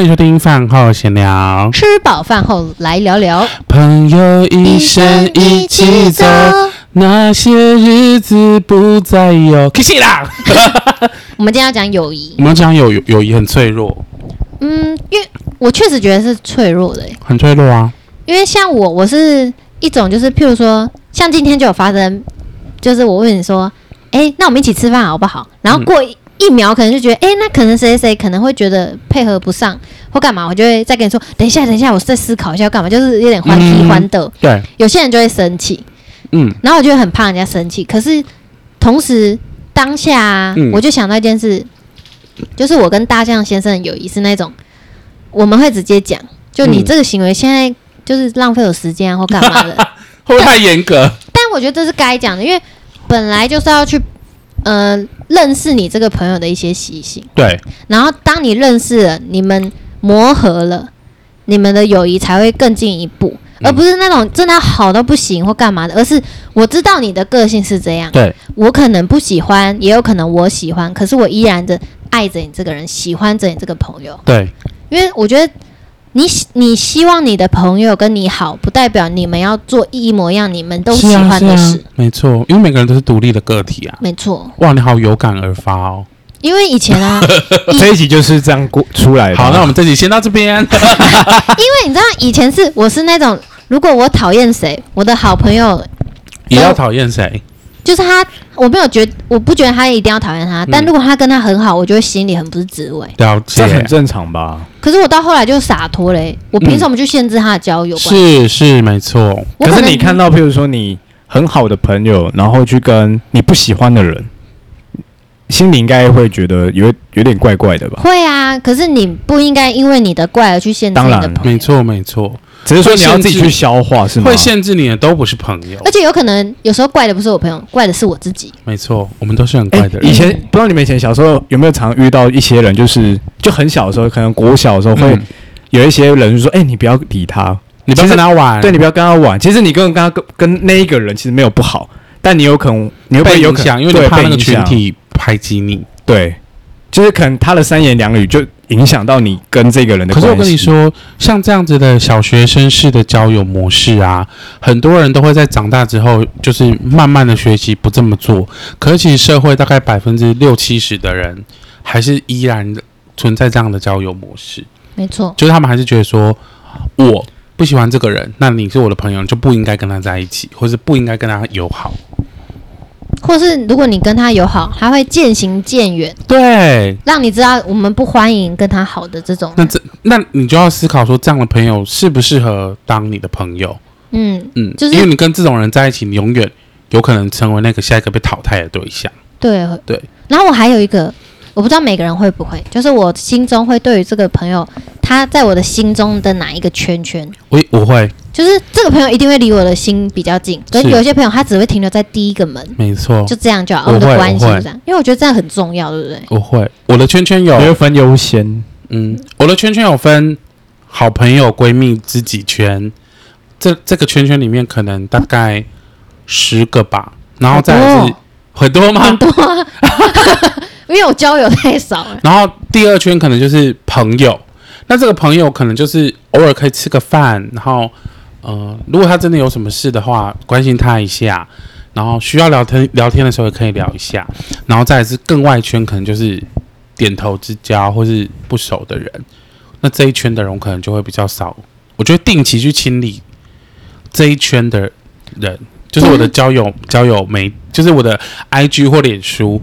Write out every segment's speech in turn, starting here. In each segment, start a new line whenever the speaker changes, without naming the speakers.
迎收听饭后闲聊，
吃饱饭后来聊聊，
朋友一生一起走，那些日子不再有。开始啦！
我们今天要讲友谊
我，们讲友友谊很脆弱，
嗯，因为我确实觉得是脆弱的欸，
很脆弱啊。
因为像我，我是一种就是譬如说，像今天就有发生，就是我问你说，哎、那我们一起吃饭好不好？然后过一一秒可能就觉得，哎、那可能谁谁谁可能会觉得配合不上或干嘛，我就会再跟你说，等一下，等一下，我再思考一下要干嘛，就是有点欢喜
嗯
欢的。
对，
有些人就会生气，
嗯，
然后我就很怕人家生气，可是同时当下、啊
嗯
我就想到一件事，就是我跟大象先生的友谊是那种我们会直接讲，就你
嗯
这个行为现在就是浪费我时间啊或干嘛的，
会不会太严格？
但我觉得这是该讲的，因为本来就是要去呃认识你这个朋友的一些习性，
对，
然后当你认识了，你们磨合了，你们的友谊才会更进一步，
嗯
而不是那种真的好到不行或干嘛的，而是我知道你的个性是这样，
对，
我可能不喜欢，也有可能我喜欢，可是我依然的爱着你这个人，喜欢着你这个朋友，
对，
因为我觉得。你喜你希望你的朋友跟你好，不代表你们要做一模一样你们都喜
是啊
欢
是
的
啊
事。
没错，因为每个人都是独立的个体啊。
没错，
哇，你好有感而发哦。
因为以前啊， 一
这一集就是这样过出来的。
嗯好，那我们这集先到这 边。
因为你知道以前是我是那种，如果我讨厌谁，我的好朋友
也要讨厌谁？
就是他，我没有觉，我不觉得他一定要讨厌他，
嗯
但如果他跟他很好，我就会心里很不是滋味。
了
这很
解，
正常吧？
可是我到后来就洒脱嘞、我凭什么去限制他的交友观？
是是没错，
我
嗯可
能
是你看到，譬如说你很好的朋友，然后去跟你不喜欢的人，心里应该会觉得有有点怪怪的吧？
会啊，可是你不应该因为你的怪而去限制
当
你
然
的朋
没
友，
错没错。
只是说
会
你要
限
自己
制
去消化，是吗？
会限制你的都不是朋友
而，且有可能有时候怪的不是我朋友，怪的是我自己。
没错，我们都是很
哎
怪的
以
人。
前不知道你们以前小时候有没有常遇到一些人，就是就很小的时候，可能国小的时候会
嗯
有一些人就说：“哎、你不要理他，
你不要跟他玩，
对，你不要跟他玩。”其实你跟跟他跟跟那一个人其实没有不好，但你有可能你会
被
有
影
可
响，因为
对
你怕
被
那个
影
群
响
体排挤你。
对，就是可能他的三言两语就影响到你跟这个人的
可是
关系。
我跟你，说，像这样子的小学生式的交友模式啊，很多人都会在长大之后，就是慢慢的学习不这么做。可是其实社会大概百分之六七十的人，还是依然存在这样的交友模式，
没错，
就是他们还是觉得说，我不喜欢这个人，那你是我的朋友，你就不应该跟他在一起，或是不应该跟他友好。
或是如果你跟他友好，他会渐行渐远，
对，
让你知道我们不欢迎跟他好的这种人。
那这那你就要思考说，这样的朋友适不适合当你的朋友？
嗯，
嗯，
就是
因为你跟这种人在一起，你永远有可能成为那个下一个被淘汰的对象。
对
对。
然后我还有一个，我不知道每个人会不会，就是我心中会对于这个朋友，他在我的心中的哪一个圈圈，
我我会，
就是这个朋友一定会离我的心比较近。可是
是
有些朋友他只会停留在第一个门，
没错，
就这样就好，
我
们的
会
关系
我
就
会
这样。因为我觉得这样很重要，对不对？
我会。我的圈圈
你
有，
会分优先，
嗯，我的圈圈有分好朋友、闺蜜、知己圈。这这个圈圈里面可能大概十个吧，然后再来是、很多吗？
很多啊、因为我交友太少了。
然后第二圈可能就是朋友，那这个朋友可能就是偶尔可以吃个饭，然后呃，如果他真的有什么事的话，关心他一下，然后需要聊天聊天的时候也可以聊一下，然后再来是更外圈，可能就是点头之交或是不熟的人，那这一圈的人我可能就会比较少，我觉得定期去清理这一圈的人。就是我的交友、交友媒，就是我的 IG 或脸书，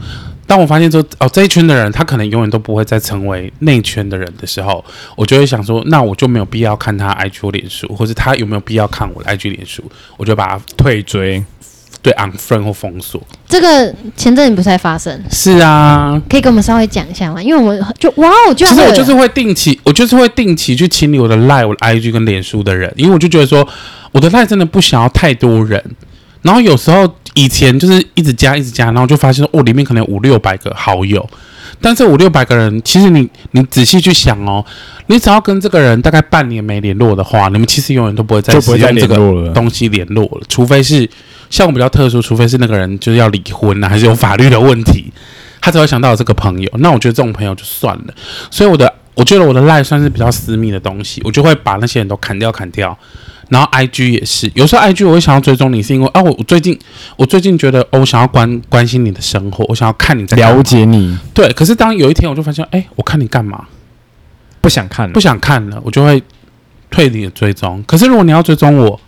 当我发现说哦这一圈的人，他可能永远都不会再成为内圈的人的时候，我就会想说，那我就没有必要看他 IG 或脸书，或是他有没有必要看我的 IG 脸书，我就把他
退追。
对 unfriend 或封锁。
这个前阵子不是才发生，
是啊，
可以跟我们稍微讲一下吗？因为我们就哇哦，
其
居然
实
会
我
有
就是会定期，我就是会定期去清理我的 line、我的 IG 跟脸书的人，因为我就觉得说，我的 line 真的不想要太多人。然后有时候以前就是一直加一直加，然后就发现说，哦，里面可能有五六百个好友，但这五六百个人，其实你你仔细去想哦，你只要跟这个人大概半年没联络的话，你们其实永远都不会再
就
使
不会再
用这个
联络了
东西联络了，除非是像我比较特殊，除非是那个人就是要离婚啊，还是有法律的问题，他才会想到有这个朋友。那我觉得这种朋友就算了。所以我的我觉得我的 line 算是比较私密的东西，我就会把那些人都砍掉砍掉。然后 I G 也是，有时候 I G 我会想要追踪你，是因为啊，我我最近我最近觉得、哦我想要关关心你的生活，我想要看你在干嘛
了解你，
对。可是当有一天我就发现，哎，我看你干嘛？
不想看了
不，想看了，我就会退你的追踪。可是如果你要追踪我，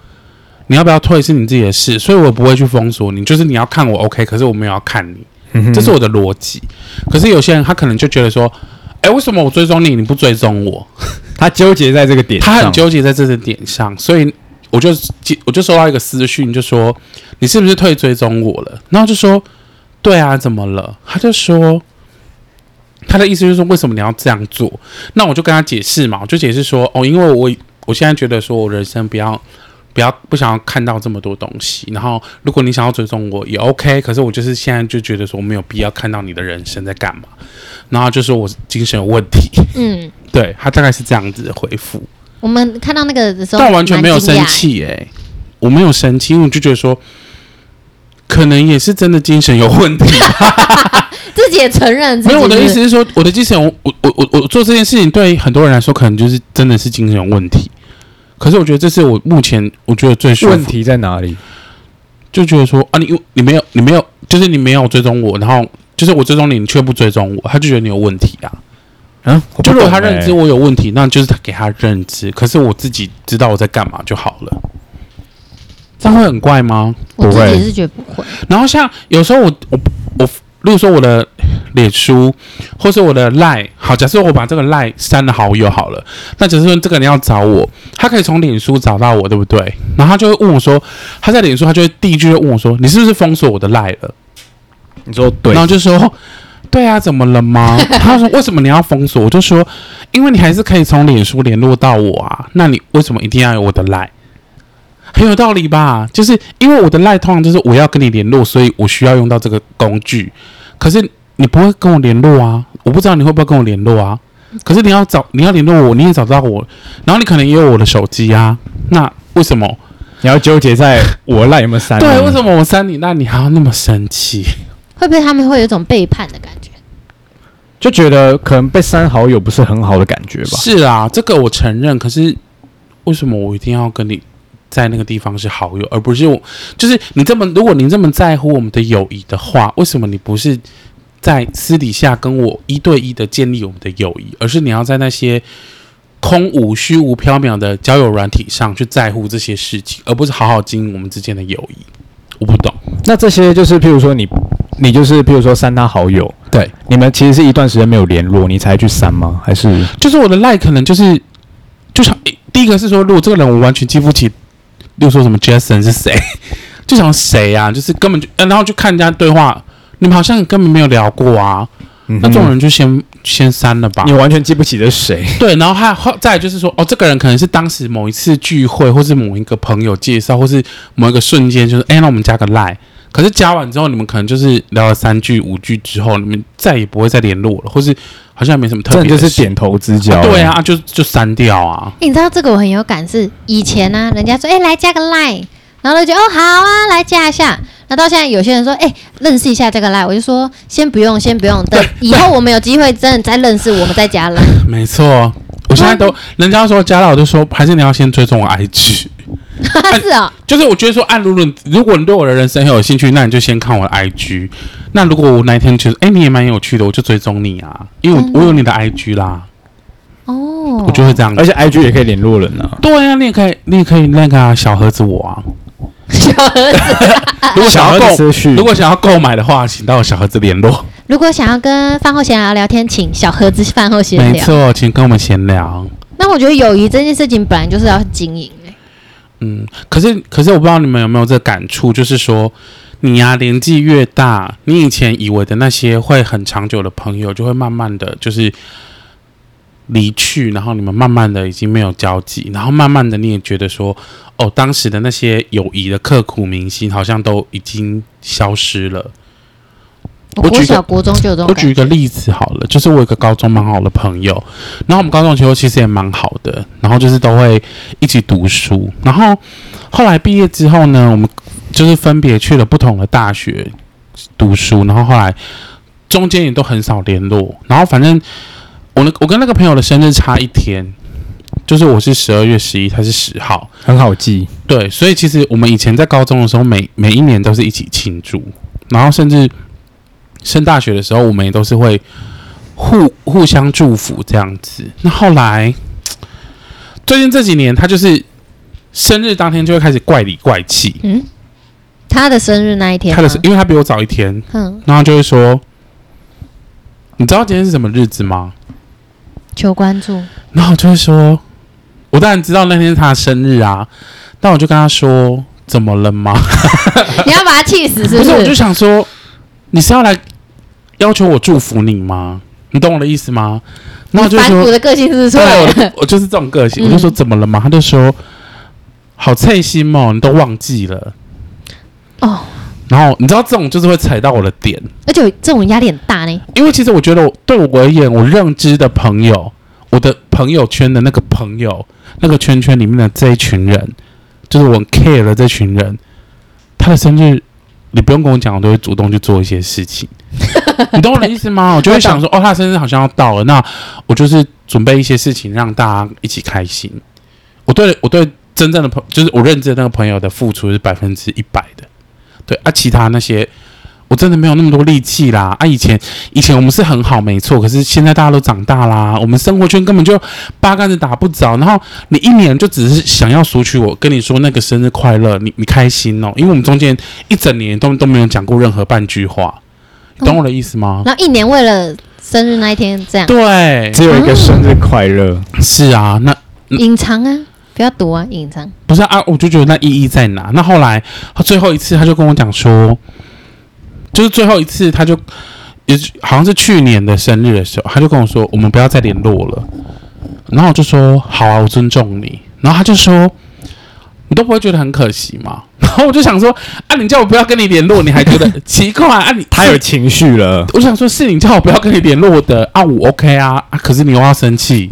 你要不要退是你自己的事，所以我不会去封锁你。就是你要看我 OK，可是我没有要看你，
嗯哼
这是我的逻辑。可是有些人他可能就觉得说，哎，为什么我追踪你，你不追踪我？
他纠结在这个点上，
他很纠结在这个点上，所以我就我就收到一个私讯，就说你是不是退追踪我了？然后就说对啊，怎么了？他就说他的意思就是说为什么你要这样做？那我就跟他解释嘛，我就解释说哦，因为我我现在觉得说我人生不要。不要不想要看到这么多东西，然后如果你想要追踪我也 OK，可是我就是现在就觉得说没有必要看到你的人生在干嘛，然后就说我精神有问题，
嗯，
对他大概是这样子的回复。
我们看到那个的时候，
但完全没有生气哎、我没有生气，因为我就觉得说，可能也是真的精神有问题。
蛮惊讶，自己也承认自
没
己。
有，我的意思，是说，我的精神，我我我我我做这件事情对很多人来说，可能就是真的是精神有问题。可是我觉得这是我目前我觉得最舒
问
服，
题在哪里？
就觉得说啊，你你没有你没有，就是你没有追踪我，然后就是我追踪你，你却不追踪我，他就觉得你有问题啊。
嗯，
就如果他
我不懂欸
认知我有问题，那就是他给他认知，可是我自己知道我在干嘛就好了。这样会很怪吗？
我自
不
己
会
是觉得不会。
然后像有时候我我我，例如说我的脸书或是我的赖，好，假设我把这个赖删了好友好了，那假设说这个人要找我，他可以从脸书找到我，对不对？然后他就会问我说，他在脸书，他就会第一句就问我说，你是不是封锁我的赖了？
你说哎对
然，后就说。对啊，怎么了吗？他说：“为什么你要封锁？”我就说：“因为你还是可以从脸书联络到我啊，那你为什么一定要有我的赖？很有道理吧？就是因为我的赖通常就是我要跟你联络，所以我需要用到这个工具。可是你不会跟我联络啊，我不知道你会不会跟我联络啊。可是你要找你要联络我，你也找到我，然后你可能也有我的手机啊。那为什么？
你要纠结在我赖有没有删？
对，为什？么我删你，那你还要那么生气？
会不会他们会有一种背叛的感觉？
就觉得可能被删好友不是很好的感觉吧？
是啊，这个我承认。可是为什么我一定要跟你在那个地方是好友，而不是我？就是你这么，如果你这么在乎我们的友谊的话，为什么你不是在私底下跟我一对一的建立我们的友谊，而是你要在那些空无、虚无缥缈的交友软体上去在乎这些事情，而不是好好经营我们之间的友谊？我不懂。
那这些就是，譬如说你，你就是譬如说删他好友，
对，
你们其实是一段时间没有联络，你才去删吗？还是
就是我的赖可能就是，就想诶第一个是说，如果这个人我完全记不起，例如说什么 Jason 是谁， 就想谁啊，就是根本就，呃然后就看人家对话，你们好像根本没有聊过啊，那
那
这种人就先先删了吧
嗯你。完全记不起这是谁？
对，然后还后再来就是说，哦，这个人可能是当时某一次聚会，或是某一个朋友介绍，或是某一个瞬间，就是哎，那我们加个赖。可是加完之后，你们可能就是聊了三句五句之后，你们再也不会再联络了，或是好像没什么特
这
别
就
的
是
事
点头之交、
啊对，啊，就就删掉啊。
欸你知道这个我很有感，是以前呢、人家说，哎、来加个 line，然后就觉得哦，好啊，来加一下。那到现在有些人说，哎、认识一下这个 line，我就说先不用，先不用，等以后我们有机会真的再认识，我们再 加 line。
没错，我现在都人家说加到我就说，还是你要先追踪我 IG。
是哦，
就是我觉得说，按如果如果你对我的人生很有兴趣，那你就先看我的 IG。那如果我那一天觉得，哎、你也蛮有趣的，我就追踪你啊，因为我、
嗯
我有你的 IG 啦，
哦
我，就会这样。
而且 IG 也可以联络人啊。
对啊，你也可以，你也可以那个啊、小盒子我啊。
小盒子，
如果想要
啊小盒子
购
资，讯
如果想要购买的话，请到小盒子联络。
如果想要跟饭后闲聊聊天，请小盒子饭后闲
没
聊。
错，请跟我们闲聊。
那我觉得友谊这件事情本来就是要经营、欸，
嗯，可是可是我不知道你们有没有这感触，就是说，你呀、年纪越大，你以前以为的那些会很长久的朋友，就会慢慢的就是离去，然后你们慢慢的已经没有交集，然后慢慢的你也觉得说，哦，当时的那些友谊的刻骨铭心，好像都已经消失了。
我
我
国
举个
小国中就有这
我
种
举一
感
个
觉。
例子好了，就是我有一个高中蛮好的朋友，然后我们高中的球其实也蛮好的，然后就是都会一起读书，然后后来毕业之后呢，我们就是分别去了不同的大学读书，然后后来中间也都很少联络，然后反正我那我跟那个朋友的生日差一天，就是我是十二月十一，他是十号，
很好记。
对，所以其实我们以前在高中的时候，每每一年都是一起庆祝，然后甚至升大学的时候，我们也都是会互互相祝福这样子。那后来最近这几年，他就是生日当天就会开始怪里怪气，
嗯，他的生日那一天
他
吗，
的是因为他比我早一天，
嗯
然后就会说，你知道今天是什么日子吗？
求关注，
然后我就会说，我当然知道那天是他的生日啊，但我就跟他说，怎么了吗？
你要把他气死是
不
不？
是，我就是想说，你是要来要求我祝福你吗？你懂我的意思吗？然后我就
反骨嗯
说，
的个性是不是出
对，
来
我
了？
的我就是这种个性，我就说怎么了嘛？他就说，好脆心哦，你都忘记了。
哦，
然后你知道这种就是会踩到我的点，
而且这种压力很大呢。
因为其实我觉得我对我而言，我认知的朋友，我的朋友圈的那个朋友，那个圈圈里面的这一群人，就是我很 care 的这群人，他的生日，你不用跟我讲，我都会主动去做一些事情。你懂我的意思吗？我就会想说，哦，他的生日好像要到了，那我就是准备一些事情让大家一起开心。我对我对真正的朋，就是我认知的那个朋友的付出是百分之一百的，对啊，其他那些我真的没有那么多力气啦啊！以前以前我们是很好，没错，可是现在大家都长大啦，我们生活圈根本就八竿子打不着。然后你一年就只是想要索取我跟你说那个生日快乐，你你开心哦，因为我们中间一整年都都没有讲过任何半句话，你懂我的意思吗？
然后一年为了生日那一天这样
对，
只有一个生日快乐，
是啊，那
隐藏啊，不要躲啊，隐藏。
不是啊，我就觉得那意义在哪？那后来他最后一次，他就跟我讲说，就是最后一次，他就也是好像是去年的生日的时候，他就跟我说，我们不要再联络了。然后我就说，好啊，我尊重你。然后他就说，你都不会觉得很可惜吗？ 然后我就想说，啊，你叫我不要跟你联络，你还觉 得奇怪啊你？
他有，情绪了，
我想说，是你叫我不要跟你联络的啊，我 OK 啊啊，可是你又要生气，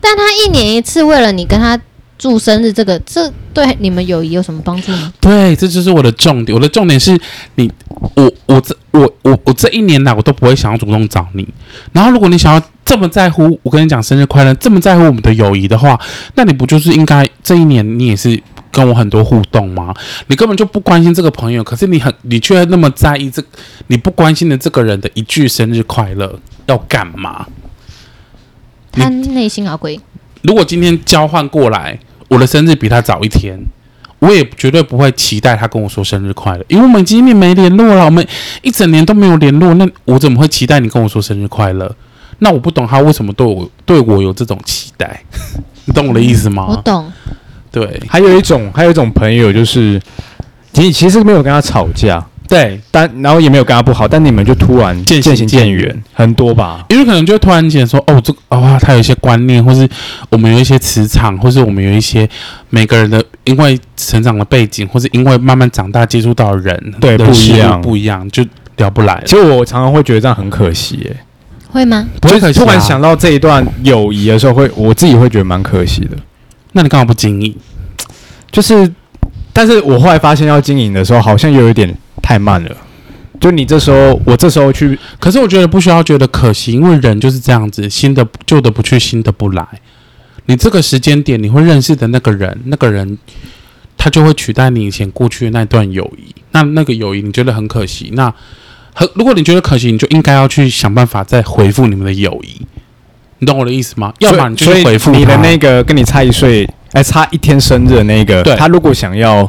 但他一年一次为了你跟他祝生日，这个这对你们友谊有什么帮助吗？
对，这就是我的重点。我的重点是你，我我这我我我这一年来我都不会想要主动找你。然后，如果你想要这么在乎，我跟你讲生日快乐，这么在乎我们的友谊的话，那你不就是应该这一年你也是跟我很多互动吗？你根本就不关心这个朋友，可是你很你却那么在意这你不关心的这个人的一句生日快乐要干嘛？
他内心好鬼，
如果今天交换过来，我的生日比他早一天，我也绝对不会期待他跟我说生日快乐，因为我们今年没联络了，我们一整年都没有联络，那我怎么会期待你跟我说生日快乐？那我不懂他为什么对我对我有这种期待，你懂我的意思
我
吗？
懂。
对
还有一种，还有一种朋友就是，你其实没有跟他吵架，
对，
但然后也没有跟他不好，但你们就突然
渐行
渐行
渐
渐
远
远，很多吧？
因为可能就会突然间说，哦，这个哦，他有一些观念，或是我们有一些磁场，或是我们有一些每个人的因为成长的背景，或是因为慢慢长大接触到的人，
对
人
不一
事物
样
不一样就聊不来了
其。实我常常会觉得这样很可惜、耶。
会吗？
不会可惜、啊。
突然想，到这一段友谊的时候会，我自己会觉得蛮可惜的。
那你干嘛不经意？
就是，但是我后来发现要经营的时候，好像又有点太慢了。就你这时候，我这时候去，
可是我觉得不需要觉得可惜，因为人就是这样子，新的旧的不去，新的不来。你这个时间点，你会认识的那个人，那个人他就会取代你以前过去的那段友谊。那那个友谊你觉得很可惜，那很如果你觉得可惜，你就应该要去想办法再回复你们的友谊。你懂我的意思吗？要
所以
么你就
所
去
以
回复
你的
他
那个跟你差一岁，哎，差一天生日的那个
对，
他如果想要，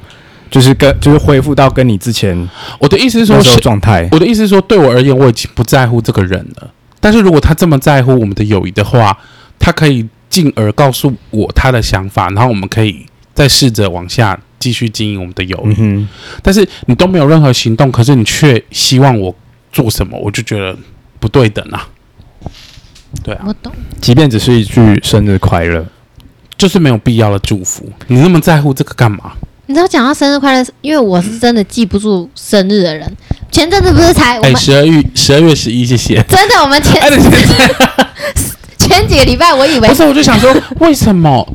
就是跟就是恢复到跟你之前
我的意思是
那
说，
时
是
候状态，
我的意思是哦说，对我而言，我已经不在乎这个人了。但是如果他这么在乎我们的友谊的话，他可以进而告诉我他的想法，然后我们可以再试着往下继续经营我们的友谊。
嗯哼，
但是你都没有任何行动，可是你却希望我做什么，我就觉得不对等啊。对啊，
我懂。
即便只是一句生日快 乐，
就是没有必要的祝福。你那么在乎这个干嘛？
你知道讲到生日快乐，因为我是真的记不住生日的人。前阵子不是才我
哎、
们、
十二月十二月十一，谢 谢。哎
真的，我们前、
哎，你现在
前几个礼拜我以为
不是，我就想说，为什么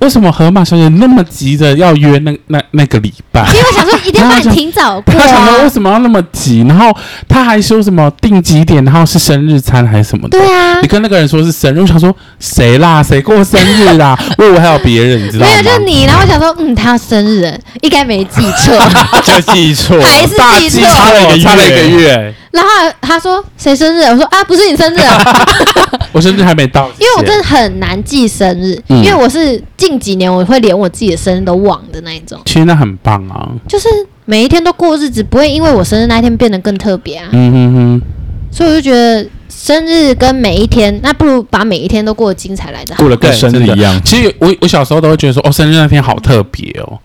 为什么河马小姐那么急着要约那那那个礼拜？
因为我想说一定要帮你挺早过、
她想说为
啊，
什么要那么急？然后她还说什么定几点，然后是生日餐还是什么的。
对啊
你，跟那个人说是生日，我想说谁啦？谁过生日 啦？我以为还有别人，你知道
没
吗？
有就是你，然后我想说，嗯，他要生日了，应该没记 错，
就记错
还是
大
记
忌
错。
差了一个月，差了一个月，
然后他说谁生日？我说啊，不是你生日啊，
我生日还没到，
因为我真的很难记生日，
嗯
因为我是近几年我会连我自己的生日都忘的那一种，
其实那很棒啊。
就是每一天都过日子，不会因为我生日那一天变得更特别啊。
嗯哼哼，
所以我就觉得生日跟每一天，那不如把每一天都过得精彩来的好。
过得跟生日一样。
其实我我小时候都会觉得说，哦，生日那天好特别哦，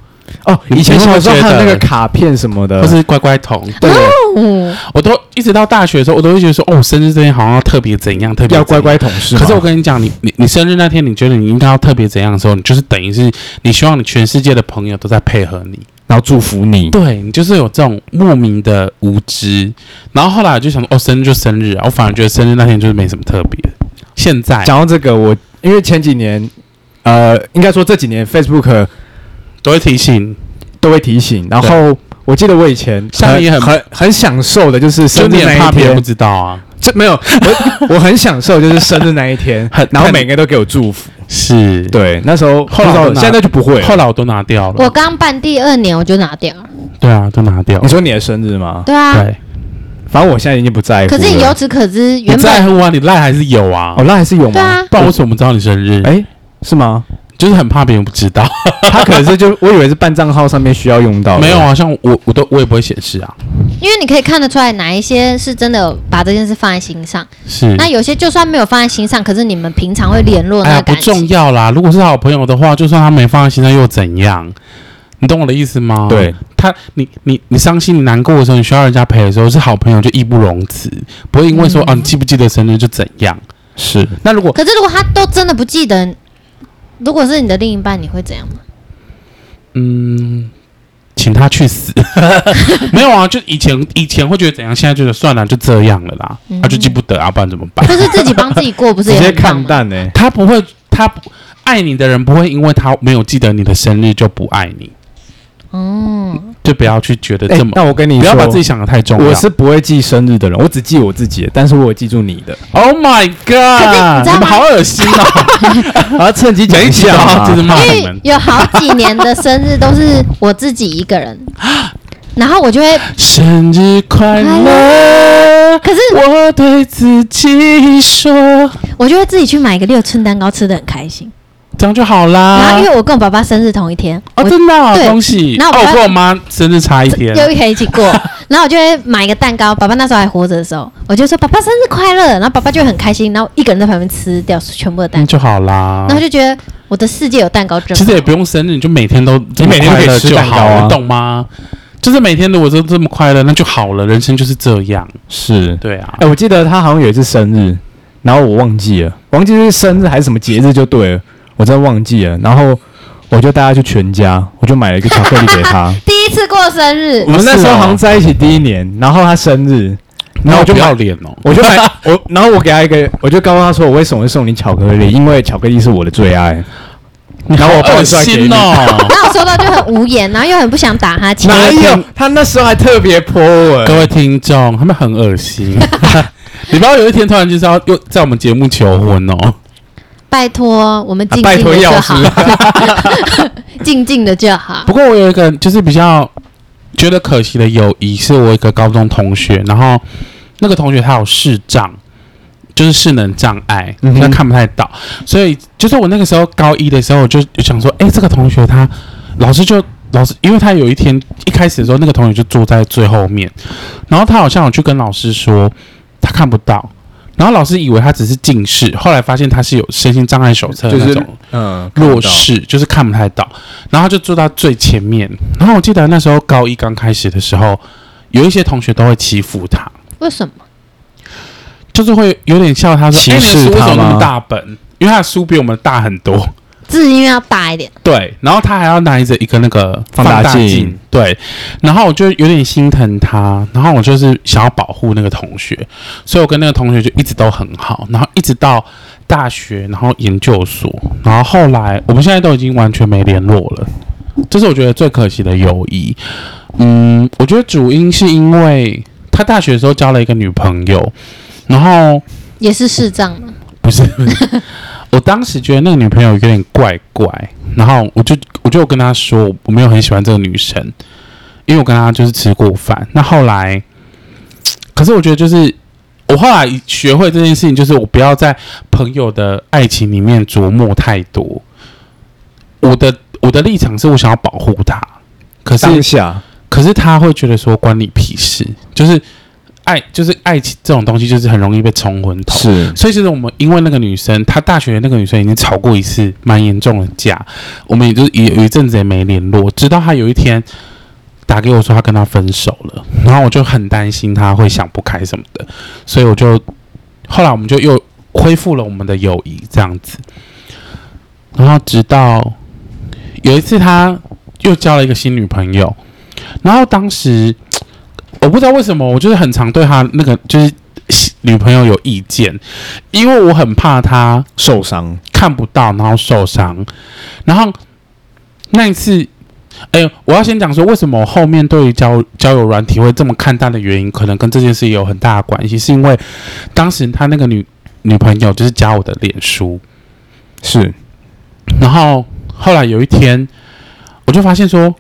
哦，以前小时候还有那个卡片什么的
或，是乖乖桶，
对，
嗯，
我都一直到大学的时候，我都会觉得说，哦，生日这天好像要特别怎样，特别
要
怎样
乖。乖同事嘛。
可是我跟你讲，你你你生日那天，你觉得你应该要特别怎样的时候，你就是等于是你希望你全世界的朋友都在配合你，
然后祝福你，
对你就是有这种莫名的无知。然后后来我就想说，哦，生日就生日啊，我反而觉得生日那天就是没什么特别。现在
讲到这个，我因为前几年，呃，应该说这几年 Facebook
都会提醒，
都会提醒，然后我记得我以前
像你很
很很享受的，就是生
就
日
你
那
很
一
怕别人不
天，
知道啊，
这没有我我很享受就是生日那一天
很，
然后
很
每个人都给我祝福。
是。
对，那时候
后来
不知道
我拿
现在就不会了。
后来我都拿掉
我
了，
刚办第二年我就拿掉了，
对啊，都拿掉了
你。说你的生日吗？
对啊。
对，
反正我现在已经不在乎了。
可是你由此可知，
不
原
在
本
乎啊，你赖还是有啊
哦，，那还是有吗？
对啊
不然为什么知道你生日？
哎，是吗？
就是很怕别人不知道。
他可能是就我以为是办账号上面需要用到的，
没有啊，像我我都我也不会显示啊，
因为你可以看得出来哪一些是真的有把这件事放在心上，
是。
那有些就算没有放在心上，可是你们平常会联络
哎
那
呀，
个
不
感
重
情。
要啦。如果是好朋友的话，就算他没放在心上又怎样？你懂我的意思吗？
对，
他，你你你伤心、你难过的时候，你需要人家陪的时候，是好朋友就义不容辞，不会因为
嗯
说、啊，你记不记得生日就怎样。
是
那如果
可是如果他都真的不记得，如果是你的另一半，你会怎样吗？
嗯，请他去死， 没有啊，就以前以前会觉得怎样，现在觉得算了，就这样了啦，
嗯
他、就记不得啊，不然怎么办？
就是自己帮自己过，不是
直
也
啊
接
很棒
看欸
吗？
淡呢。
他不会，他不爱你的人不会因为他没有记得你的生日就不爱你，
嗯，
就不要去觉得
哎
这么，，
那我跟你
不
说，
要把自己想的太重要。
我是不会记生日的人，我只记我自己的，但是我有记住你 的。
Oh my
道
God，
吗
你们好恶心啊！
然后趁机讲啊
每一
一
集
下
都要就是
嘛，
骂你
因为
们，
有好几年的生日都是我自己一个人，然后我就会，
生日快乐。
可是
我对自己说，
我就会自己去买一个六寸蛋糕，吃的很开心。
这样就好啦。
然后因为我跟我爸爸生日同一天，
啊哦，
我
真的啊、
对
恭喜！
那我
哦，
爸
我跟我妈生日差一天，啊
又可以一起 过，然后我就会买一个蛋糕。爸爸那时候还活着的时候，我就说爸爸生日快乐，然后爸爸就会很开心，然后一个人在旁边吃掉全部的蛋
嗯
糕，
就好啦
然。后就觉得我的世界有蛋糕真
其实
好。
也不用生日，你就每天都你
每天都可以吃
就
蛋糕
好，
啊
你懂吗？就是每天如果都这么快乐，那就好了。人生就是这样，
是。
对啊。
哎，我记得他好像有一次生日，然后我忘记了，忘记是生日还是什么节日就对了，我真的忘记了。然后我就带他去全家，我就买了一个巧克力给他。
第一次过生日。
我，们那时候好像在一起第一年，然后他生日，然哦后我就
不
买
要脸哦，
我就买 我，然后我给他一个，我就告诉他说我为什么会送你巧克力，因为巧克力是我的最爱。然后我
好
爆
恶
出来给
心
你。
哦
然后我收到就很无言，然后又很不想打哈欠。
哪有？他那时候还特别泼我，
各位听众，他们很恶心。 你不要有一天突然就是要又在我们节目求婚哦，
拜托，我们静
拜
静
托
的
钥
就好，
匙。
静静的就好
不。过我有一个就是比较觉得可惜的友谊，是我一个高中同学，然后那个同学他有视障，就是视能障碍，
嗯哼
他看不太到，所以就是我那个时候高一的时候，我就想说，哎、这个同学他老师就。老师，因为他有一天一开始的时候，那个同学就坐在最后面，然后他好像有去跟老师说他看不到，然后老师以为他只是近视，后来发现他是有身心障碍手册的
就
那
是
种，
嗯，
弱势，就是看不太到，然后他就坐到最前面。然后我记得那时候高一刚开始的时候，有一些同学都会欺负他，
为什么？
就是会有点笑他说：“
歧
哎、你的
视
书为
他
什么那么
吗
大本？因为他的书比我们大很多。
字因为要大一点，
对，然后他还要拿着一个那个
放大镜
镜，对，然后我就有点心疼他，然后我就是想要保护那个同学，所以我跟那个同学就一直都很好，然后一直到大学，然后研究所，然后后来我们现在都已经完全没联络了，这是我觉得最可惜的友谊。嗯，我觉得主因是因为他大学的时候交了一个女朋友，然后
也是视障嘛。
不是， 不是我当时觉得那个女朋友有点怪怪，然后我就我就跟她说我没有很喜欢这个女生，因为我跟她就是吃过饭。那后来，可是我觉得就是我后来学会这件事情，就是我不要在朋友的爱情里面琢磨太多。我的我的立场是我想要保护她，可是
当下
可是他会觉得说关你屁事，就是爱就是爱情这种东西，就是很容易被冲昏头。
是
所以其实我们因为那个女生，她大学的那个女生已经吵过一次蛮严重的架，我们也就是也有一阵子也没联络，直到她有一天打给我说她跟她分手了，然后我就很担心她会想不开什么的，所以我就后来我们就又恢复了我们的友谊这样子，然后直到有一次她又交了一个新女朋友，然后当时我不知道为什么，我就是很常对她那个就是。女朋友有意见，因为我很怕他
受伤，
看不到，然后受伤。然后那一次，哎、我要先讲说，为什么我后面对于交交友软体会这么看淡的原因，可能跟这件事也有很大的关系，是因为当时他那个女女朋友就是加我的脸书，
是
然后后来有一天，我就发现说，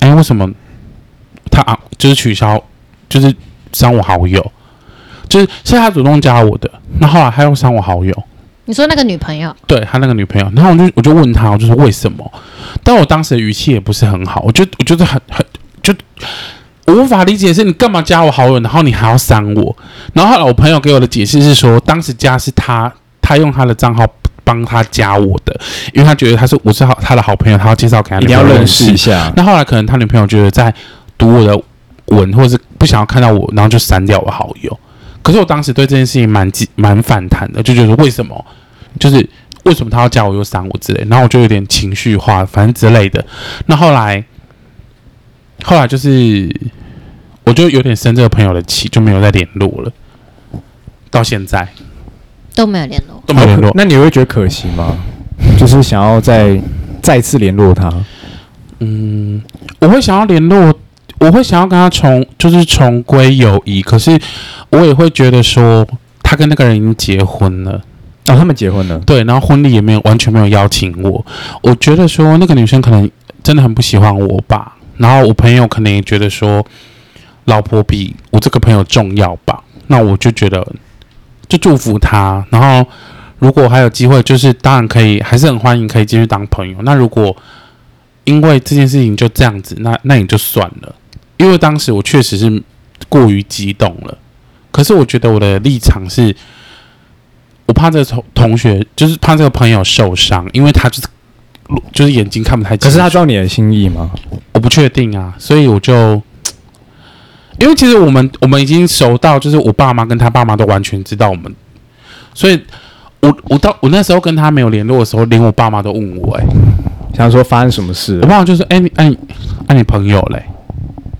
哎、为什么他啊，就是取消，就是删我好友，就是是他主动加我的，那后来他又删我好友，
你说那个女朋友，
对他那个女朋友，然后我就我就问他，我就说为什么？但我当时的语气也不是很好，我就我就是很很就我无法理解的是你干嘛加我好友，然后你还要删我。然后后来我朋友给我的解释是说，当时加是他他用他的账号帮他加我的，因为他觉得他是我是好他的好朋友，他要介绍给他
一
女
定
朋
要
友
认识
识
一。下，
那后来可能他女朋友觉得在读我的文，或者是不想要看到我，然后就删掉我好友。可是我当时对这件事情蛮记蛮反弹的，就觉得为什么，就是为什么他要加我又删我之类，然后我就有点情绪化，反正之类的。那后来，后来就是我就有点生这个朋友的气，就没有再联络了，到现在
都没有联络。
都没有联络。
那你会觉得可惜吗？就是想要再再次联络他，哦
嗯，我会想要联络，我会想要跟他重，就是重归友谊。可是我也会觉得说，他跟那个人已经结婚了，
哦，他们结婚了，
对，然后婚礼也没有完全没有邀请我。我觉得说那个女生可能真的很不喜欢我吧。然后我朋友可能也觉得说，老婆比我这个朋友重要吧。那我就觉得就祝福他。然后如果还有机会，就是当然可以，还是很欢迎可以继续当朋友。那如果因为这件事情就这样子，那那也就算了。因为当时我确实是过于激动了，可是我觉得我的立场是，我怕这个同同学，就是怕这个朋友受伤，因为他就是就是眼睛看不太清楚。
可是他知道你的心意吗？
我不确定啊，所以我就，因为其实我们我们已经熟到，就是我爸妈跟他爸妈都完全知道我们，所以我我到我那时候跟他没有联络的时候，连我爸妈都问我、欸，
想说发生什么事
我？爸妈就说，哎、你哎你哎你朋友嘞，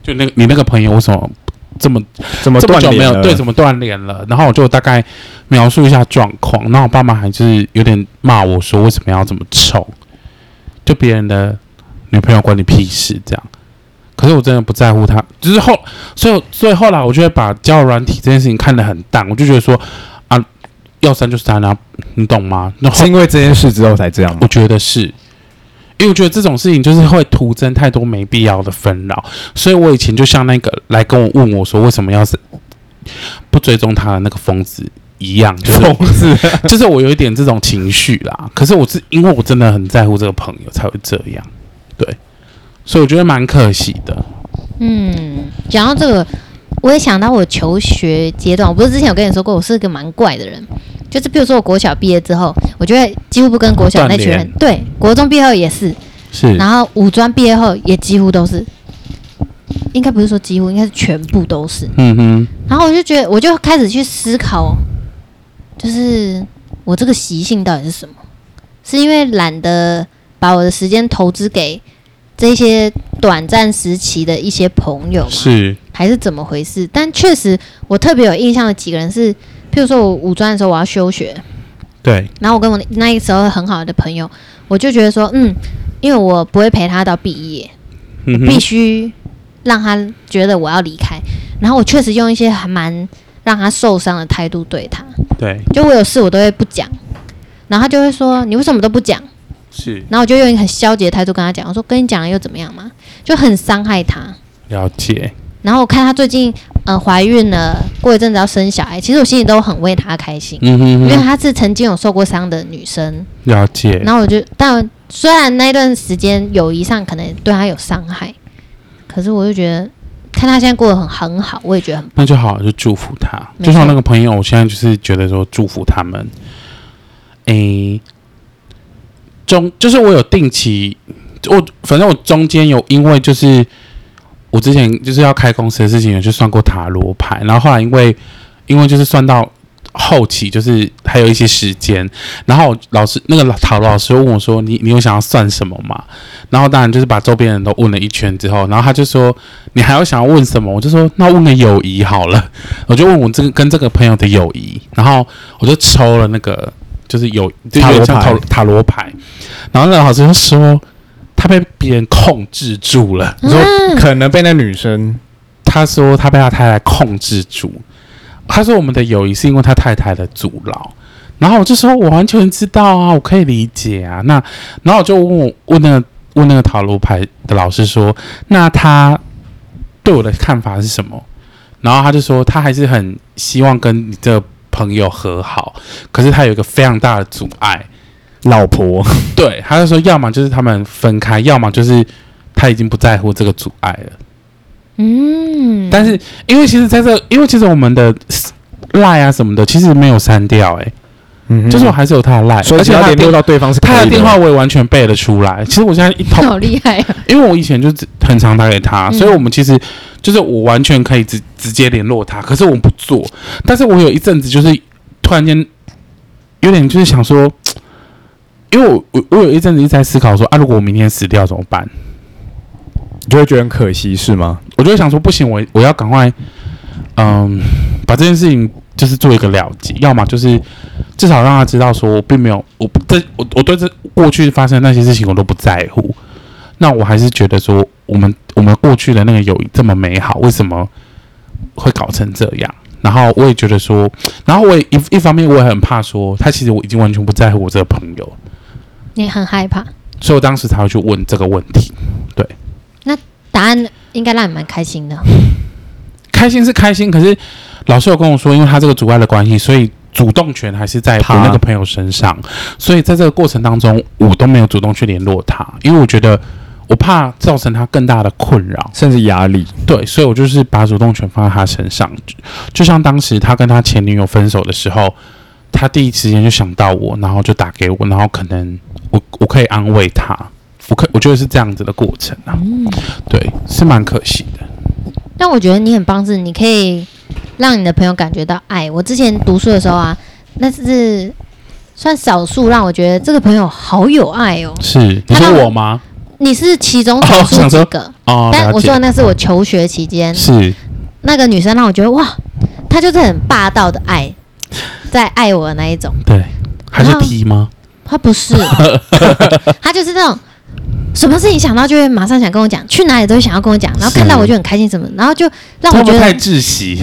就那个你那个朋友为什么这么
怎么
这么
断
久没
联
有
了？
对，怎么断联了？然后我就大概描述一下状况，然后我爸妈还是有点骂我说为什么要这么臭，就别人的女朋友关你屁事这样。可是我真的不在乎他，就是后，所以所以后来我就会把交友软体这件事情看得很淡，我就觉得说啊，要删就删啊，你懂吗？那后
是因为这件事之后才这样吗
我？觉得是，因为我觉得这种事情就是会徒增太多没必要的纷扰，所以我以前就像那个来跟我问我说为什么要是不追踪他的那个疯子一样，就是
疯子，
就是我有一点这种情绪啦。可是我是因为我真的很在乎这个朋友才会这样，对，所以我觉得蛮可惜的。
嗯，讲到这个，我也想到我求学阶段，我不是之前有跟你说过，我是个蛮怪的人。就是比如说，我国小毕业之后，我觉得几乎不跟国小那群人
断，
对，国中毕业后也是，
是
然后五专毕业后也几乎都是，应该不是说几乎，应该是全部都是。
嗯哼，
然后我就觉得，我就开始去思考，就是我这个习性到底是什么？是因为懒得把我的时间投资给这些短暂时期的一些朋友吗？
是
还是怎么回事？但确实，我特别有印象的几个人是，譬如说我五专的时候我要休学，
对，
然后我跟我那一时候很好的朋友，我就觉得说，嗯，因为我不会陪他到毕业，
嗯哼
必须让他觉得我要离开。然后我确实用一些还蛮让他受伤的态度对他，
对，
就我有事我都会不讲，然后他就会说你为什么都不讲？
是
然后我就用一个很消极的态度跟他讲，我说跟你讲了又怎么样嘛，就很伤害他。
了解，
然后我看她最近呃怀孕了，过一阵子要生小孩，其实我心里都很为她开心，
嗯
因
哼
为
哼，
她是曾经有受过伤的女生。
了解，
然后我就，但虽然那段时间友谊上可能对她有伤害，可是我就觉得看她现在过得很很好，我也觉得很
那就好，就祝福他。
没错
就像那个朋友，我现在就是觉得说祝福他们。诶、中就是我有定期，我反正我中间有因为就是我之前就是要开公司的事情，有去算过塔罗牌，然后后来因为因为就是算到后期，就是还有一些时间，然后老师那个老塔罗老师问我说：“你你有想要算什么吗？”然后当然就是把周边人都问了一圈之后，然后他就说：“你还要想要问什么？”我就说：“那问个友谊好了。”我就问我这个跟这个朋友的友谊，然后我就抽了那个就是有就有点像塔
塔罗
罗塔罗牌，然后那个老师就说他被别人控制住了。
你说
嗯
可能被那女生
他说他被他太太控制住。他说我们的友谊是因为他太太的阻挠。然后我就说，我完全知道啊，我可以理解啊。那然后我就问我问那个问那个塔罗牌的老师说，那他对我的看法是什么？然后他就说，他还是很希望跟你这个朋友和好，可是他有一个非常大的阻碍，
老婆，
对，他就说，要么就是他们分开，要么就是他已经不在乎这个阻碍了。
嗯，
但是因为其实在这，因为其实我们的赖啊什么的，其实没有删掉、欸，
嗯
就是我还是有他的赖，
所以
而
只
且
要
他的
联
电
络到对方是可以
他的
的
电话我也完全背得出来。其实我现在一通，
好厉害啊！
因为我以前就只很常打给他，
嗯
所以我们其实就是我完全可以直直接联络他，可是我们不做。但是我有一阵子就是突然间有点就是想说，因为我我我有一阵子一直在思考说啊，如果我明天死掉怎么办？
你就会觉得很可惜，是吗？
我就会想说，不行，我我要赶快，嗯，把这件事情就是做一个了结，要么就是至少让他知道说我并没有，我不这我我对这过去发生的那些事情我都不在乎。那我还是觉得说，我们我们过去的那个友谊这么美好，为什么会搞成这样？然后我也觉得说，然后我也一一方面我也很怕说，他其实我已经完全不在乎我这个朋友，
你很害怕，
所以我当时才会去问这个问题。
答案应该让你蛮开心的。
开心是开心，可是老师有跟我说，因为他这个阻碍的关系，所以主动权还是在
他
我那个朋友身上。所以在这个过程当中，我都没有主动去联络他，因为我觉得我怕造成他更大的困扰。
甚至压力，
对，所以我就是把主动权放在他身上。就就像当时他跟他前女友分手的时候，他第一时间就想到我，然后就打给我，然后可能我我可以安慰他。我可我觉得是这样子的过程啊，对，是蛮可惜的。
但我觉得你很棒，是你可以让你的朋友感觉到爱。我之前读书的时候啊，那是算少数让我觉得这个朋友好有爱哦。
是你
他让
说
我
我吗？
你是其中少
哦
数
想
几
说
个，
哦，
但
了
我
解
说的那是我求学期间，
是
那个女生让我觉得哇，她就是很霸道的爱，在爱我的那一种。
对，还是
然后
T 吗？
她 不是，她就是那种什么事情想到就会马上想跟我讲，去哪里都会想要跟我讲，然后
是
看到我就很开心什么，然后就让
会
我
不
觉
会太
得，
窒息？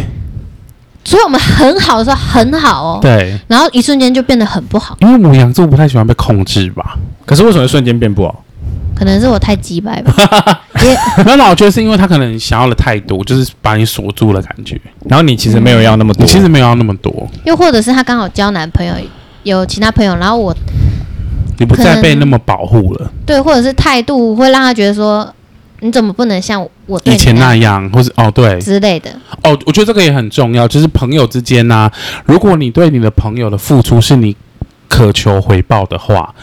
所以我们很好的时候很好哦，
对，
然后一瞬间就变得很不好。
因为母羊座不太喜欢被控制吧。
可是为什么瞬间变不好？
可能是我太鸡掰吧， 也
没有啦，我觉得是因为他可能想要的太多，就是把你锁住了感觉。
然后你其实没有要那么多，
你其实没有要那么多，
又或者是她刚好交男朋友，有其他朋友，然后我
你不
可
再
能
被那么保护了，
对，或者是态度会让她觉得说，你怎么不能像我对
以
你
前
那
那样，或是哦对
样之类的。
哦，我觉得这个也很重要，就是朋友之间呐、如果你对你的朋友的付出是你渴求回报的话，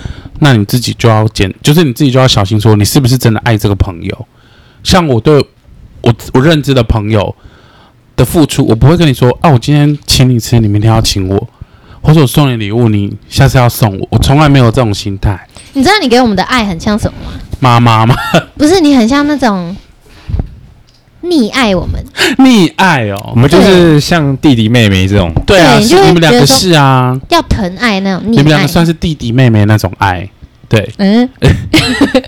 那你自己就要检，就是你自己就要小心说你是不是真的爱这个朋友。像我对我我认知的啊朋友的付出，我不会跟你说，哦、我今天请你吃，你明天要请我。或者我送你礼物，你下次要送我，我从来没有这种心态。
你知道你给我们的爱很像什么吗？
妈妈 吗？
不是，你很像那种溺爱我们，
溺爱哦
我，们就是像弟弟妹妹这种，
对啊，
对
是
就会
你们两
觉
个
得说
是啊，
要疼爱那种溺
你
爱。
们两个算是弟弟妹妹那种爱，对，
嗯，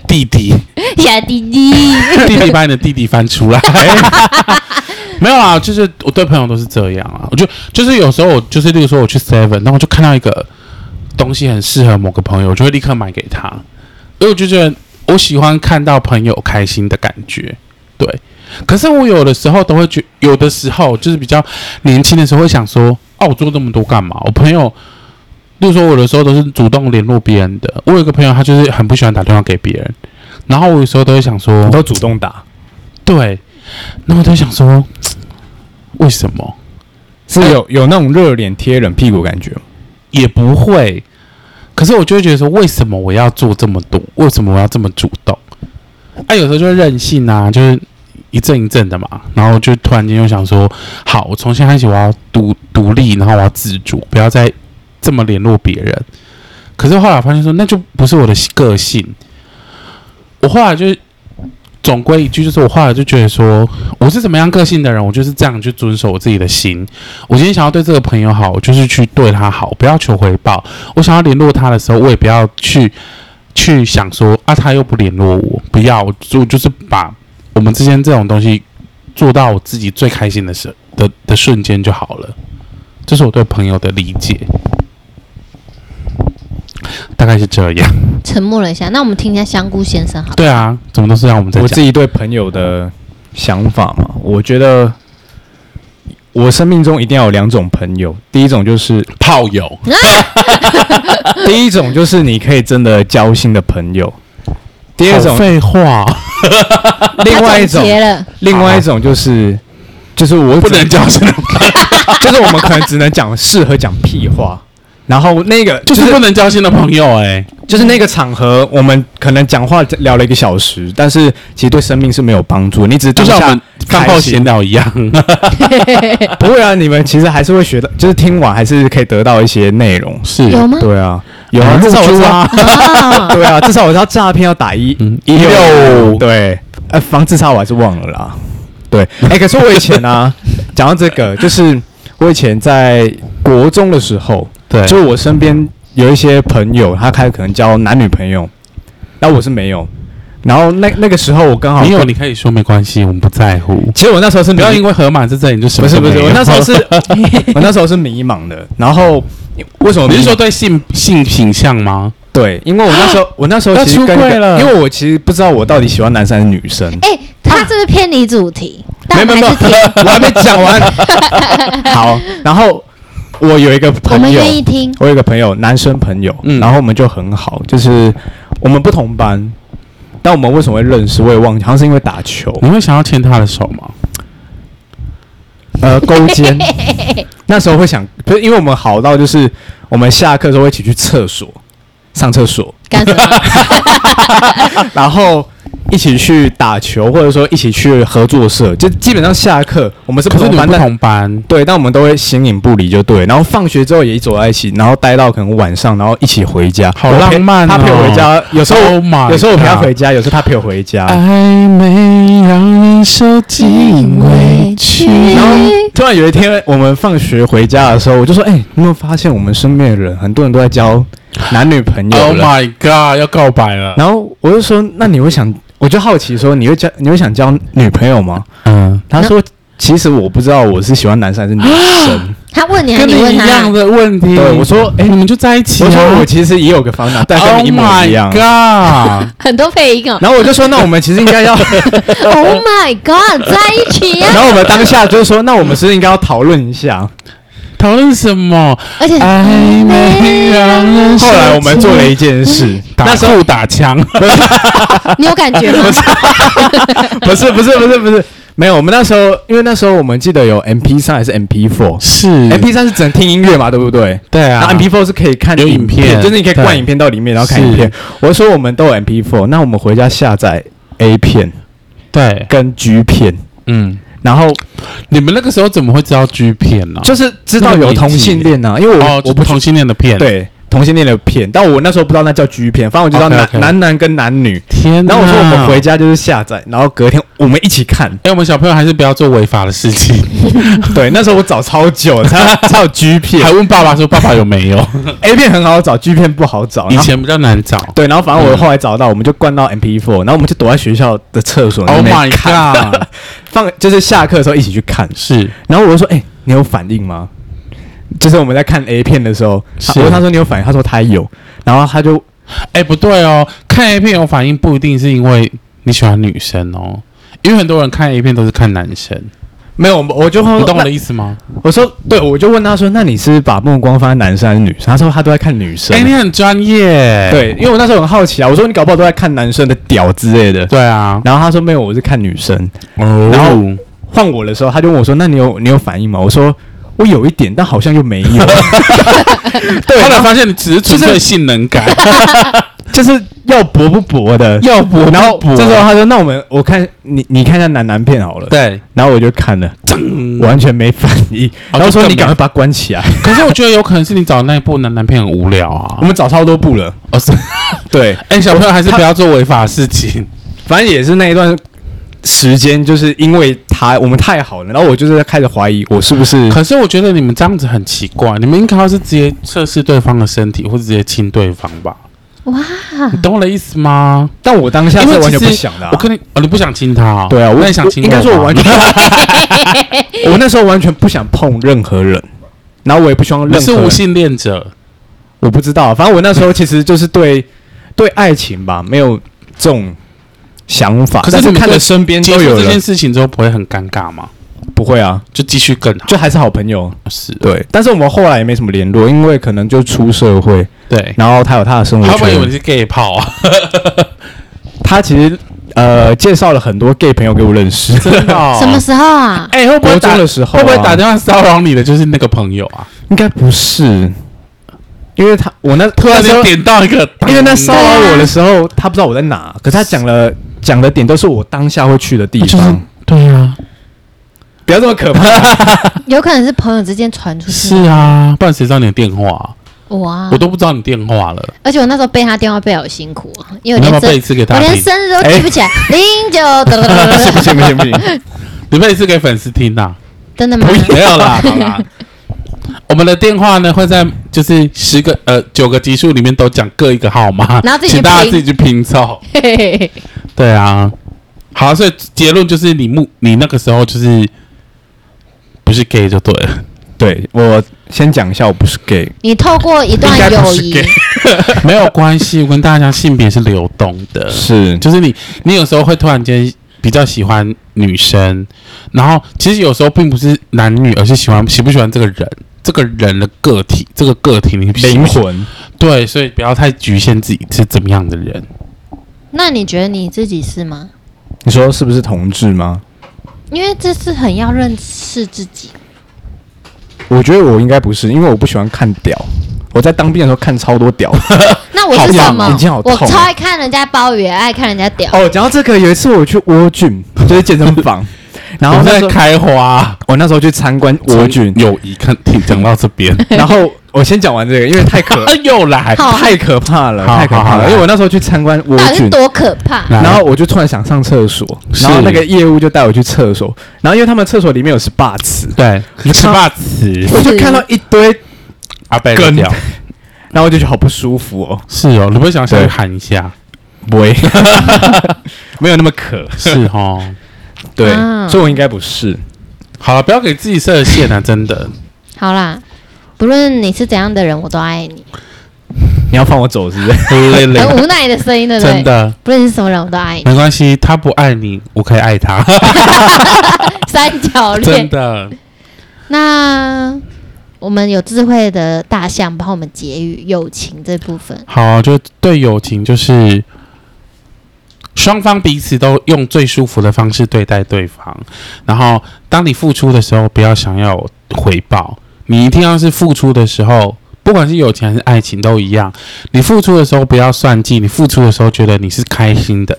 弟弟，
小弟弟，
弟弟把你的弟弟翻出来。没有啊，就是我对朋友都是这样啊。我就就是有时候我就是，例如说我去 Seven，然后我就看到一个东西很适合某个朋友，我就会立刻买给他，因为我就觉得我喜欢看到朋友开心的感觉。对，可是我有的时候都会觉，有的时候就是比较年轻的时候会想说，哦、啊，我做这么多干嘛？我朋友，例如说我有的时候都是主动联络别人的。我有一个朋友，他就是很不喜欢打电话给别人，然后我有时候都会想说
我，都主动打，
对，那我就想说，为什么
是
哎
有有那种热脸贴冷屁股感觉吗。
也不会？可是我就会觉得说，为什么我要做这么多？为什么我要这么主动？啊，有时候就会任性啊，就是一阵一阵的嘛。然后就突然间又想说，好，我从现在开始我要独独立，然后我要自主，不要再这么联络别人。可是后来我发现说，那就不是我的个性。我后来就是总归一句，就是我后来就觉得说，我是怎么样个性的人，我就是这样去遵守我自己的心。我今天想要对这个朋友好，我就是去对他好，不要求回报。我想要联络他的时候，我也不要去去想说啊，他又不联络我，不要，我就就是把我们之间这种东西做到我自己最开心的时的的瞬间就好了。这是我对朋友的理解，大概是这样。
沉默了一下，那我们听一下香菇先生好 了。
对啊，怎么都是让我们在
我
讲
自。己对朋友的想法嘛，我觉得我生命中一定要有两种朋友，第一种 就是
炮友，
第一种就是你可以真的交心的朋友，第二
好
种
废 话，
另外一
他总
种
结了，
另外一种就是就是我
不
只
能叫什么，
就是我们可能只能讲适合讲屁话，然后那个
就是不能交心的朋友哎、
就是那个场合，我们可能讲话聊了一个小时，但是其实对生命是没有帮助。你只是
就像我
当 下
们饭后闲聊一样。
不会啊，你们其实还是会学到，就是听完还是可以得到一些内容。
是
有吗？
对啊，有
啊
啊，至少我
入
知
住
道
啊，
哦，
对啊，至少我知道诈骗要打一
嗯
一
165
对，呃，防自杀我还是忘了啦。对，哎、可是我以前啊，讲到这个，就是我以前在国中的时 候，
对
就是我身边有一些朋友，他开始可能交男女朋友，那我是没有。然后那那个时候我刚好
你啊有你可以说没关系，我们不在乎。
其实我那时候是
不
没有
要因为河马在这里你就什
不
么
是
都
不是，
没有
我那时候是， 我那时候是迷茫的。然后为什么迷
你是
茫？
说对性性倾向吗？
对，因为我那时候我那时候其实
啊要
跟
出柜了
因为我其实不知道我到底喜欢男生 还是女生。
哎，他是不是偏离主题？但
没
我们
没没
还
有
是听，，
我还没 讲完。好，然后我有一个
我
朋
们
友，
愿意听。
我有一个朋友，男生朋友，
嗯
然后我们就很好，就是我们不同班，但我们为什么会认识，我也忘记，好像是因为打球，
你会想要牵他的手吗？
呃，勾 肩。那时候会想，不是因为我们好到就是我们下课的时候会一起去厕所上厕所，
干什么？
然后一起去打球，或者说一起去合作社，就基本上下课我们是不
可是
同
你们
班，
不
但
同班，
对，但我们都会形影不离，就对。然后放学之后也一走在一起，然后待到可能晚上，然后一起回家，
好
我陪
浪漫哦
他陪我回家，有时候
Oh my
有时候我陪他
God
回家，有时候他陪我回家。
暧昧让人受尽委屈。
然后突然有一天，我们放学回家的时候，我就说：“哎、你有没有发现我们身边的人，很多人都在交男女朋友
Oh
了
my god，要告白了。
然后我就说：“那你会想？”我就好奇说：“你会交？你会想交女朋友吗
嗯，？”
他说：“其实我不知道我是喜欢男生还是女
啊
生。
他问你，还
跟你
你问
一
他
样？的问题。
对我说
哎，你们就在一起啊。
我说：“我其实也有个方法，但跟
Oh
你一模
my
一样。
god。
很多配音哦。
然后我就说：“那我们其实应该 要。”
Oh my god，在一起
然
呀！
后我们当下就说：“那我们是不是应该要讨论一下
讨论什么？
而且
暧昧让人？”
后来我们做了一件事，
那
那
时
时候
候打枪，
你有感觉吗？
不是不是不是不是，没有，我们那时候因为那时候我们记得有 MP 三还是 MP four。
是
MP 三是只能听音乐嘛，对不对？
对
然
啊
后 MP four 是可以看
有影片
就是你可以
对
灌影片到里面，然后看影片。我说我们都有 MP four，那我们回家下载 A 片
对，
跟 G 片，
嗯，
然后
你们那个时候怎么会知道 G 片呢、
就是知道有同性恋呐、因为我、
哦，
我
我
不
不同性恋的片，，
对同性恋的片，但我那时候不知道那叫 G 片，反正我就知道男
OK，OK
男男跟男女。
天哪。
然后我说我们回家就是下载，然后隔天我们一起 看。
哎、我们小朋友还是不要做违法的事情，
对，那时候我找超久 才才有 G 片
还问爸爸说爸爸有没 有？
，A 片很好找，G 片不好找。
以
然后
前嗯比较难找。
对，然后反正我后来找到，我们就灌到 MP4，然后我们就躲在学校的厕所那
Oh
边
my god！
放，就是下课的时候一起去看。
是
然后我就说：“哎、你有反应吗？”就是我们在看 A 片的时候，他
是
我问他说：“你有反应？”他说：“他有。”然后他就
哎、不对哦，看 A 片有反应不一定是因为你喜欢女生哦，因为很多人看 A 片都是看男生，
没有，我就
你懂我
哦那
的意思吗？
我说：“对，我就问他说：‘那你是把目光放在男生还是女生？’他说：‘他都在看女生。
哎、你很专业，
对，因为我那时候很好奇啊，我说：‘你搞不好都在看男生的屌之类的。
对啊’，
然后他说：‘没有，我是看女生。’
哦
然后换我的时候，他就问我说：“那你有你有反应吗？”我说：“我有一点，但好像又 没有。对
后
然
来
后
发现你只是纯粹性能 感，
就是要薄不薄的，
要不
然后
不
这时候他说：“那我们我看你你看一下男男片好了。”，
对，
然后我就看了，完全没反应。
哦
然后说：“
就更
你赶
没
快把它关起来。
可是我觉得有可能是你找的那一部男男片很无聊”
我
啊。
们找超多部了。
哦，是，
对，
哎、小朋友还是不要做违法的事情。
反正也是那一段时间，就是因为他我们太好了，然后我就是开始怀疑我是不是
可是我觉得你们这样子很奇怪，你们应该要是直接测试对方的身体，或者直接亲对方吧？
哇，
你懂我的意思吗？
但我当下
因为
是完
其
全不
实
想的啊、
我跟你哦，你不想亲他、哦？
对啊，
那
我
你想
我
亲
应该
吗
说我完全， 我那时候完全不想碰任何人，然后我也不希望
你
任
是
何
无
人，
性恋者，
我不知道，啊反正我那时候其实就是对 对爱情吧，没有这种想法，
可是
但
你
是
们
看
对
着身边
接
都
受
有
这件
人，
事情之后不会很尴尬吗？
不会啊，
就继续更好，
就还是好朋友，
是
对，但是我们后来也没什么联络，因为可能就出社会，
对。
然后他有他的生活
他们以为你
圈，
是 gay 炮啊？
他其实呃介绍了很多 gay 朋友给我认识，
真的哦
什么时候啊？
哎，会不会
国
打
中的时候
会
啊
不会打电话骚扰你的就是那个朋友啊？
应该不是，因为他我那突
突然
时
间
候
点嗯到一个，
因为那骚
对
扰
啊
我的时候，他不知道我在哪，可是他讲了讲的点都是我当下会去的地方，
就是对啊，
不要这么可 怕。
有可能是朋友之间传出去
是。啊，不然谁知道你的电话啊？
哇
我！都不知道你电话了。
而且我那时候背他电话背好辛苦啊，因为
你
我
要
连
不要背一
生
次给
我
大家
连
听？
生日都记不起来。零九，哒哒哒
不
哒哒
行不行不行不行，
你背一次给粉丝听啊呐、
真的吗
嗯
不？没 有啦，好啦，
我们的电话呢会在就是十个呃九个级数里面都讲各一个号码，
然后自己去
请大家
拼
自己去拼凑。
嘿嘿嘿
对啊，好，所以结论就是你目你那个时候就是不是 gay 就对 了，
对我先讲一下，我不是 gay，
你透过一段
应该不
友
是
谊
gay，
没有关系。我跟大家讲，性别是流动的，
是
就是你你有时候会突然间比较喜欢女生，然后其实有时候并不是男女，而是喜欢喜不喜欢这个人，这个人的个体，这个个体你喜不喜
灵
欢
魂。
对，所以不要太局限自己是怎么样的人。
那你觉得你自己是吗？
你说是不是同志吗？
因为这是很要认识自己。
我觉得我应该不是，因为我不喜欢看屌。我在当兵的时候看超多屌。
那我
好
是
痒
什
哦
么
眼睛好？痛
我
哦
超爱看人家包鱼，也爱看人家屌。
哦，讲到这个，有一次我去蜗郡，就是健身 房，然
我
后
们
那
在
时候
开花，
我那时候去参观蜗
我
郡，
友谊看听讲到这 边，
然后我先讲完这个，因为太可
啊又来，
好
太可怕了，
好
太可怕
好好
了！因为我那时候去参观蜗
到底是
苣，
多可怕？
来
然后我就突然想上厕所，
是
然后那个业务就带我去厕所，然后因为他们厕所里面有 SPA 池，
对，你吃霸词，
我就看到一堆，
阿贝
跟
掉，
然后我就觉得好不舒服哦，
是哦，你不会想下去
对
喊一下，
喂，没有那么渴，
是 哦。
对
啊，
所以我应该不是，
好了，不要给自己设限啊！真 的，
好啦，不论你是怎样的人，我都爱你。
你要放我走是不是？
累累
很无奈的声音， 对不
真
对？
的
不论是什么人，我都爱 你。
没关系，他不爱你，我可以爱他，
三角
真
恋。
的。
那我们有智慧的大象帮我们解语友情这部分，
好，就对友情就是双方彼此都用最舒服的方式对待对方，然后当你付出的时候，不要想要有回报，你一定要是付出的时候。不管是友情还是爱情都一样，你付出的时候不要算计，你付出的时候觉得你是开心的，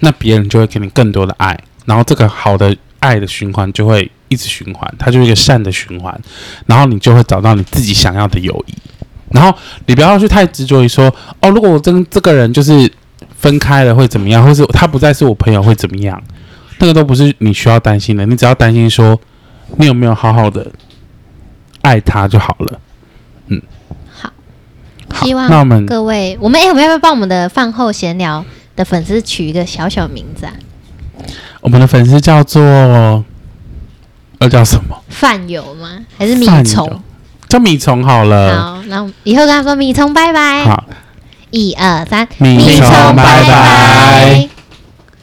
那别人就会给你更多的爱，然后这个好的爱的循环就会一直循环，它就是一个善的循环，然后你就会找到你自己想要的友谊。然后你不要去太执着于说，哦，如果我跟这个人就是分开了会怎么样，或是他不再是我朋友会怎么样，那个都不是你需要担心的。你只要担心说，你有没有好好的爱他就好了。嗯
好，
好
希
那我
望
们
各位，我们哎、我们要不要帮我们的饭后闲聊的粉丝取一个小小名字啊？
我们的粉丝叫做，呃，叫什么？
饭友吗？还是米
饭友
虫？，
叫米虫好了。
好，那我们以后跟他说米虫拜拜，
好，
一二三，
米
虫拜拜。